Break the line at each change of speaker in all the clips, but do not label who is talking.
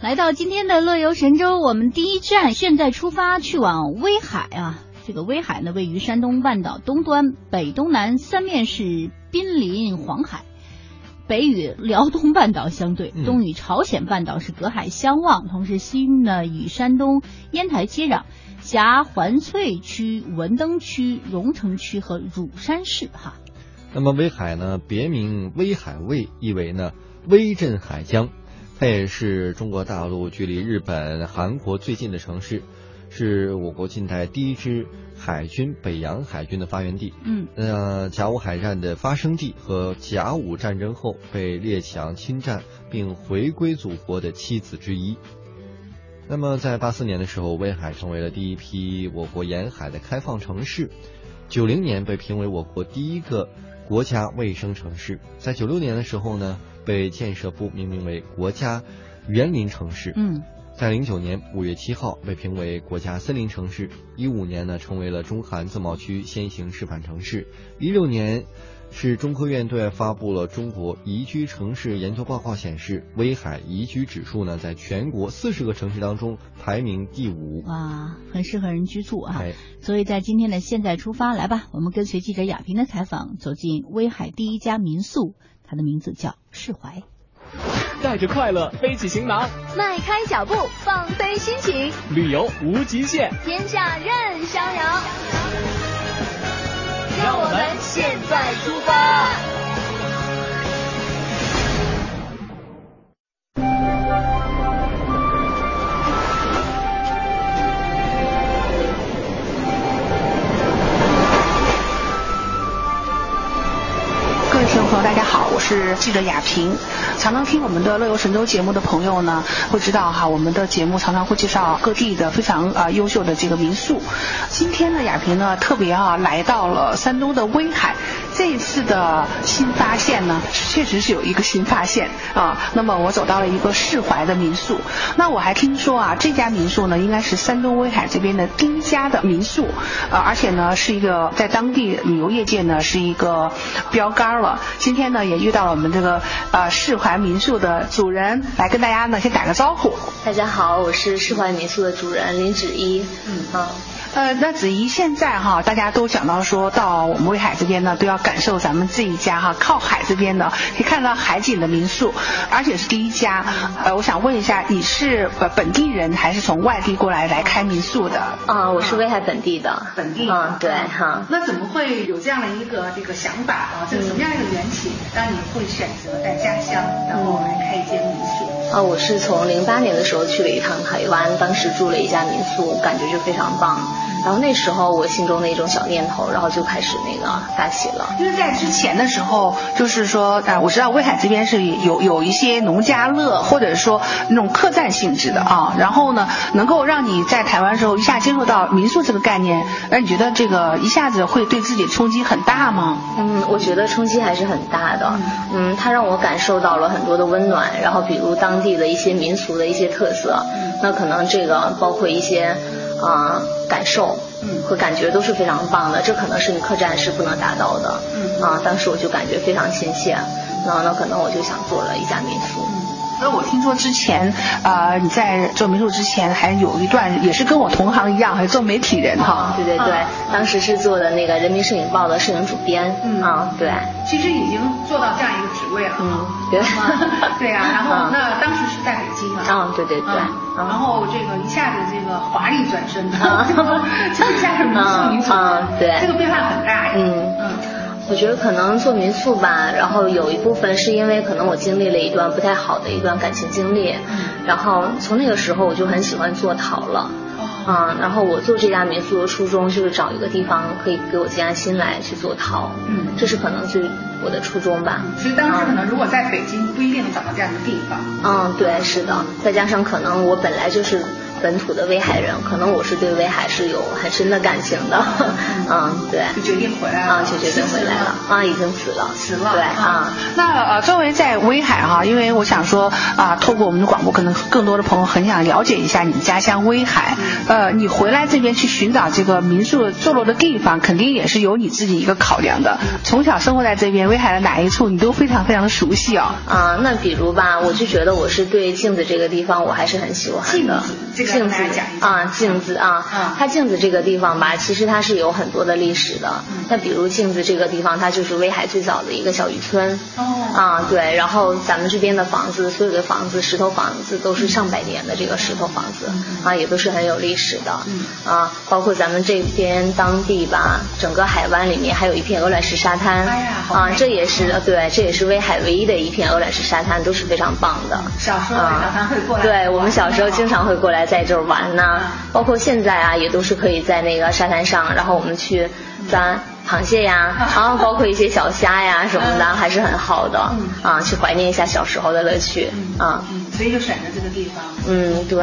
来到今天的乐游神州，我们第一站现在出发去往威海啊。这个威海呢，位于山东半岛东端，北东南三面是濒临黄海，北与辽东半岛相对，
嗯
东与朝鲜半岛是隔海相望，同时西呢与山东烟台接壤，辖环翠区、文登区、荣城区和乳山市哈。
那么威海呢，别名威海卫，意为呢威震海疆。它也是中国大陆距离日本、韩国最近的城市，是我国近代第一支海军北洋海军的发源地。
嗯
那呃甲午海战的发生地和甲午战争后被列强侵占并回归祖国的妻子之一。那么，在八四年的时候，威海成为了第一批我国沿海的开放城市。九零年被评为我国第一个国家卫生城市，在九六年的时候呢，被建设部命名为国家园林城市。
嗯，
在零九年五月七号被评为国家森林城市，一五年呢成为了中韩自贸区先行示范城市，一六年是中科院对外发布了中国宜居城市研究报告，显示威海宜居指数呢在全国四十个城市当中排名第五。
哇，很适合人居住啊。
哎，
所以在今天的现在出发，来吧，我们跟随记者亚平的采访，走进威海第一家民宿，它的名字叫释怀。
带着快乐背起行囊，
迈开脚步，放飞心情，
旅游无极限。
天下任逍遥。让我们现在出发。
各位听众朋友，大家好，我是记者雅萍。常常听我们的《乐游神州》节目的朋友呢，会知道哈，我们的节目常常会介绍各地的非常啊、呃优秀的这个民宿。今天呢，雅萍呢特别啊来到了山东的威海。这一次的新发现呢，确实是有一个新发现啊。那么我走到了一个释怀的民宿，那我还听说啊，这家民宿呢应该是山东威海这边的第一家的民宿，呃，而且呢是一个在当地旅游业界呢是一个标杆了。今天呢也遇到了我们这个呃释怀民宿的主人，来跟大家呢先打个招呼。
大家好，我是释怀民宿的主人林芷一。嗯
呃，那子怡，现在哈，大家都讲到说到我们威海这边呢，都要感受咱们这一家哈靠海这边的，可以看到海景的民宿，而且是第一家。呃，我想问一下，你是呃本地人还是从外地过来来开民宿的？
啊，我是威海本地的。
本地啊
嗯，对哈。
那怎么会有这样的一个这个想法啊？这
是什么
样一个缘起，让你会选择在家乡，然后来开一间民宿？
啊，我是从零八年的时候去了一趟台湾，当时住了一家民宿，感觉就非常棒。然后那时候我心中的一种小念头，然后就开始那个发起了。
就是在之前的时候，就是说，啊，我知道威海这边是有有一些农家乐，或者说那种客栈性质的啊。然后呢，能够让你在台湾的时候一下接触到民宿这个概念，那你觉得这个一下子会对自己冲击很大吗？
嗯，我觉得冲击还是很大的。嗯，它让我感受到了很多的温暖，然后比如当地的一些民俗的一些特色，
嗯
那可能这个包括一些呃感受
嗯
和感觉都是非常棒的，这可能是你客栈是不能达到的。
嗯
啊，当时我就感觉非常亲切，那那可能我就想做了一家民宿。
那我听说之前，呃，你在做民宿之前还有一段，也是跟我同行一样，还做媒体人哈。
对对对，
啊
当时是做的那个人民摄影报的摄影主编。
嗯
啊，对。
其实已经做到这样一个职位了
嗯，对
对 呀、然后
嗯
那当时是在北京嘛，
啊，对对对。
嗯
啊
然后这个一下子这个华丽转身，
啊
就一下子民宿女主
啊
人，
对
嗯这个变化很大呀。
嗯
嗯
我觉得可能做民宿吧，然后有一部分是因为可能我经历了一段不太好的一段感情经历，
嗯
然后从那个时候我就很喜欢做陶了，
哦
嗯，然后我做这家民宿的初衷就是找一个地方可以给我静下心来去做陶，
嗯
这是可能就是我的初衷吧。
所以当时可能如果在北京不一定能找到这样的地方。
嗯，对，是的，再加上可能我本来就是本土的威海人，可能我是对威海是有很深的感情的。 嗯，对，
哦就决定回来了
啊，就决定回来了啊，已经死了，
死了
对
啊
啊。
那呃，作为在威海哈、因为我想说啊、透过我们的广播，可能更多的朋友很想了解一下你家乡威海。呃，你回来这边去寻找这个民宿坐落的地方，肯定也是有你自己一个考量的。从小生活在这边，威海的哪一处你都非常非常的熟悉哦。
啊、那比如吧，我就觉得我是对镜子这个地方我还是很喜欢的。
镜子这个
镜
跟
子
大家讲一讲
啊，镜子啊，
嗯
它镜子这个地方吧，其实它是有很多的历史的。
嗯
那比如镜子这个地方，它就是威海最早的一个小渔村。
哦，
啊，对，然后咱们这边的房子，所有的房子，石头房子都是上百年的这个石头房子
嗯
啊，也都是很有历史的。啊，包括咱们这边当地吧，整个海湾里面还有一片鹅卵石沙滩。
哎呀好
啊
美，
这也是对，这也是威海唯一的一片鹅卵石沙滩，都是非常棒的。
小时候
啊
晚上会过来
对我们小时候经常会过来在这儿玩呐、
嗯
包括现在啊，也都是可以在那个沙滩上，然后我们去
嗯
咱螃 蟹呀，啊，包括一些小虾呀什么的，
嗯
还是很好的啊，去怀念一下小时候的乐趣啊。
嗯，所以就选择这个地方。
嗯，对，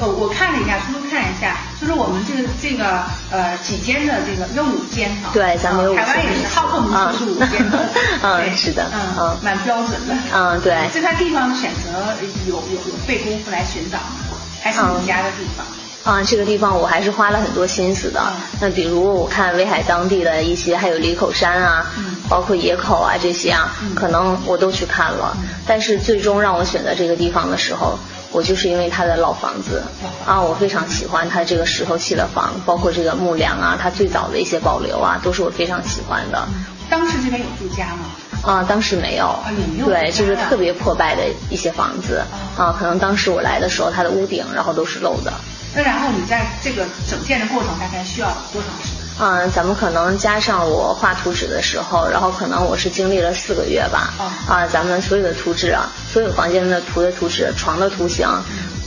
呃，我看了一下，初初看了一下，就是我们这个这个呃几间的这个有五间哈。啊
对咱们有五
台湾也
间
是，浩克民宿是五间的。
嗯
对
是的
嗯
嗯，
蛮标准的。
嗯，对。
这块地方的选择有有有费功夫来寻找吗？还是你家的地方？
啊，这个地方我还是花了很多心思的
嗯。
那比如我看威海当地的一些，还有里口山啊，
嗯
包括野口啊这些啊，
嗯
可能我都去看了。但是最终让我选择这个地方的时候，我就是因为它的老房子
嗯
啊，我非常喜欢它这个石头砌的房，包括这个木梁啊，它最早的一些保留啊，都是我非常喜欢
嗯
的。
当时这边有住家吗？
啊，当时没有，
也没有
对，就是
家呀
特别破败的一些房子
嗯
啊，可能当时我来的时候，它的屋顶然后都是漏的。
那然后你在这个整建的过程大概需要多长时间？
嗯，咱们可能加上我画图纸的时候，然后可能我是经历了四个月吧。
哦
啊，咱们所有的图纸啊，所有房间的图的图纸、床的图形，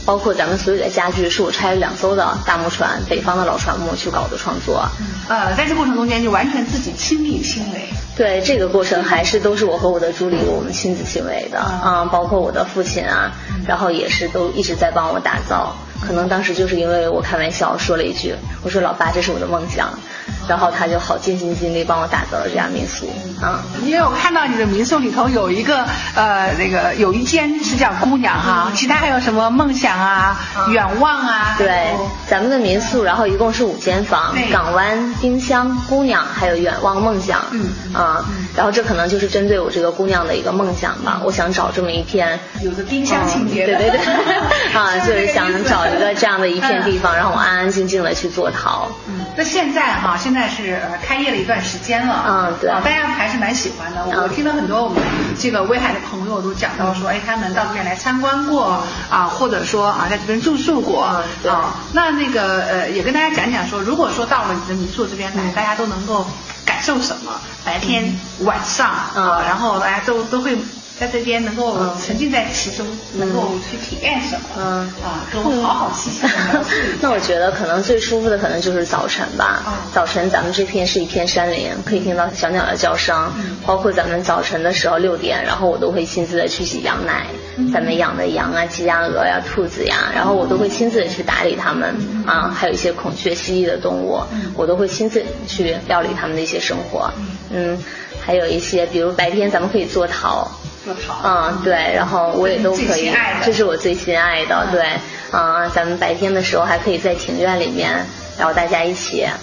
包括咱们所有的家具，是我拆了两艘的大木船，北方的老船木去搞的创作。
呃，在这过程中间就完全自己亲力亲为。
对这个过程还是都是我和我的助理我们亲自行为的
啊
啊、包括我的父亲啊，
嗯
然后也是都一直在帮我打造。可能当时就是因为我开玩笑说了一句，我说老爸这是我的梦想，
嗯
然后他就好尽心尽力帮我打造了这家民宿
嗯
啊。
因为我看到你的民宿里头有一个呃，那个有一间是叫姑娘哈、
嗯
其他还有什么梦想啊、远望啊，
对，咱们的民宿，然后一共是五间房
对，
港湾、丁香、姑娘，还有远望梦想。
嗯
啊，然后这可能就是针对我这个姑娘的一个梦想吧，我想找这么一片
有着丁香情节
对
的，
哦啊 对 对，啊，就是想找一个这样的一片地方，让我安安静静的去做陶。
嗯。那现在哈、现在是呃开业了一段时间了，
嗯对
啊大家还是蛮喜欢的。我
嗯
听到很多我们这个威海的朋友都讲到说，哎，他们到这边来参观过啊，或者说啊在这边住宿过
嗯对
啊。那那个呃，也跟大家讲讲说，如果说到了你的民宿这边
嗯
来，大家都能够感受什么？白天、晚上啊
嗯，
然后大家都都会。在这边能够
嗯
沉浸在其中，能够去体验什么，
嗯
啊，跟我好好细细的描述一下。
那我觉得可能最舒服的可能就是早晨吧。
嗯
早晨咱们这片是一片山林，可以听到小鸟的叫声，包括咱们早晨的时候六点，然后我都会亲自的去洗羊奶，咱们养的羊啊、鸡鸭鹅呀、兔子呀，然后我都会亲自的去打理它们啊，还有一些孔雀、蜥蜴的动物，我都会亲自去料理它们的一些生活。嗯，还有一些比如白天咱们可以做陶。
做陶，
嗯，对，然后我也都
这是你
可
最
以
心爱的，嗯
这是我最心爱的，对，啊、咱们白天的时候还可以在庭院里面，然后大家一起，啊、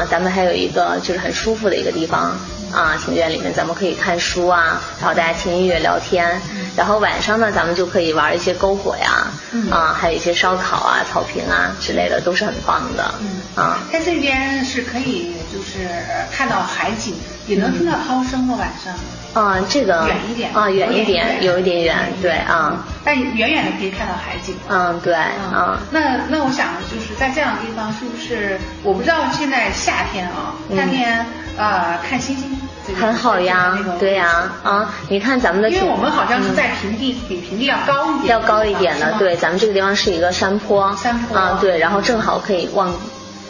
嗯
咱们还有一个就是很舒服的一个地方，啊、庭院里面咱们可以看书啊，然后大家听音乐聊天，然后晚上呢，咱们就可以玩一些篝火呀，
嗯
啊、还有一些烧烤啊、草坪啊之类的，都是很棒的，
嗯
啊、
在这边是可以就是呃看到海景，也能听到涛声的晚上，
啊、这个
远一点
啊、远一点，有一点远，对，啊、
但远远的可以看到海景。
嗯，对，啊、
嗯，那那我想就是在这样的地方，是不是我不知道现在夏天啊，
嗯
夏天呃看星星这个
很好呀
这个那，个
对呀，啊，你看咱们的
因
挺，
为我们好像是
嗯
在平地，比平地要高一点，
要高一点的，对，，咱们这个地方是一个山坡，
山坡
啊，对，然后正好可以望。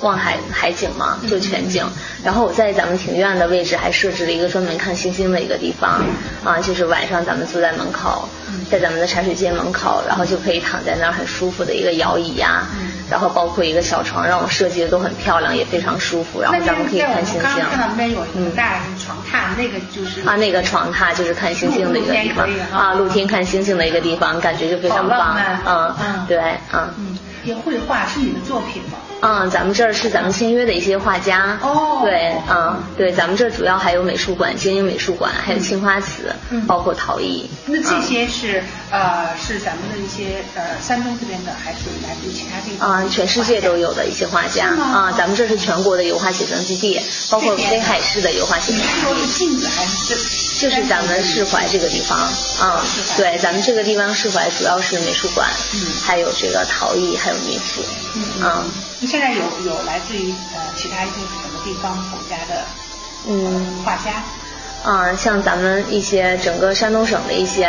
望海海景嘛，
嗯
就全景。然后我在咱们庭院的位置还设置了一个专门看星星的一个地方，
嗯
啊，就是晚上咱们坐在
嗯
门口，在咱们的茶水间门口，然后就可以躺在那儿很舒服的一个摇椅呀、然后包括一个小床，让我设计的都很漂亮，也非常舒服，然后咱们可以看星
那边对我们
星
刚刚看到那边有一个
嗯
大的床榻，那个就是
啊，那个床榻就是看星星的一个地
露天可
方
以哈
啊，露天看星星的一个地方，感觉就非常
好浪
棒
漫。嗯
嗯，对，嗯
嗯，也绘画是你的作品吗？
嗯，咱们这儿是咱们签约的一些画家。
哦
对，嗯，对，咱们这儿主要还有美术馆、精英美术馆，还有青花瓷，
嗯
包括陶艺。
那这些是、呃是咱们的一些呃山东这边的，还是来自于其他地方？
啊、全世界都有的一些画家
是吗
啊、咱们这是全国的油画写生基地，包括
这边
威海市的油画写
你
生
是说
基
是
地。
镜子还是
就是咱们释怀这个地方，嗯
释怀，
对，咱们这个地方释怀主要是美术馆，
嗯
还有这个陶艺，还有民俗，
嗯
嗯
你现在有有来自于呃其他一些什么地方国家的呃
嗯
画家？
嗯，像咱们一些整个山东省的一些，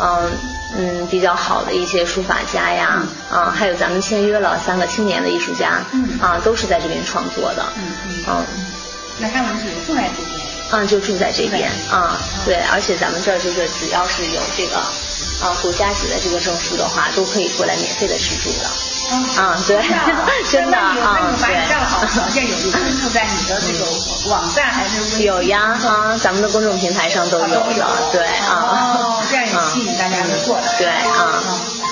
嗯嗯比较好的一些书法家呀，啊、还有咱们签约了三个青年的艺术家，
嗯
啊、都是在这边创作的，
嗯嗯
嗯
那他们是住在这边？
嗯，就住在这边啊、对，而且咱们这儿就是只要是有这个啊、国家级的这个证书的话，都可以过来免费的吃住的。啊对 真的
那你有那
啊
你把你
对
账号好像有一个公布在你的这个网站还是微信
有呀，啊，咱们的公众平台上都有
啊都有
的，对啊。
哦这样也吸引大家
嗯
过来
对啊
嗯，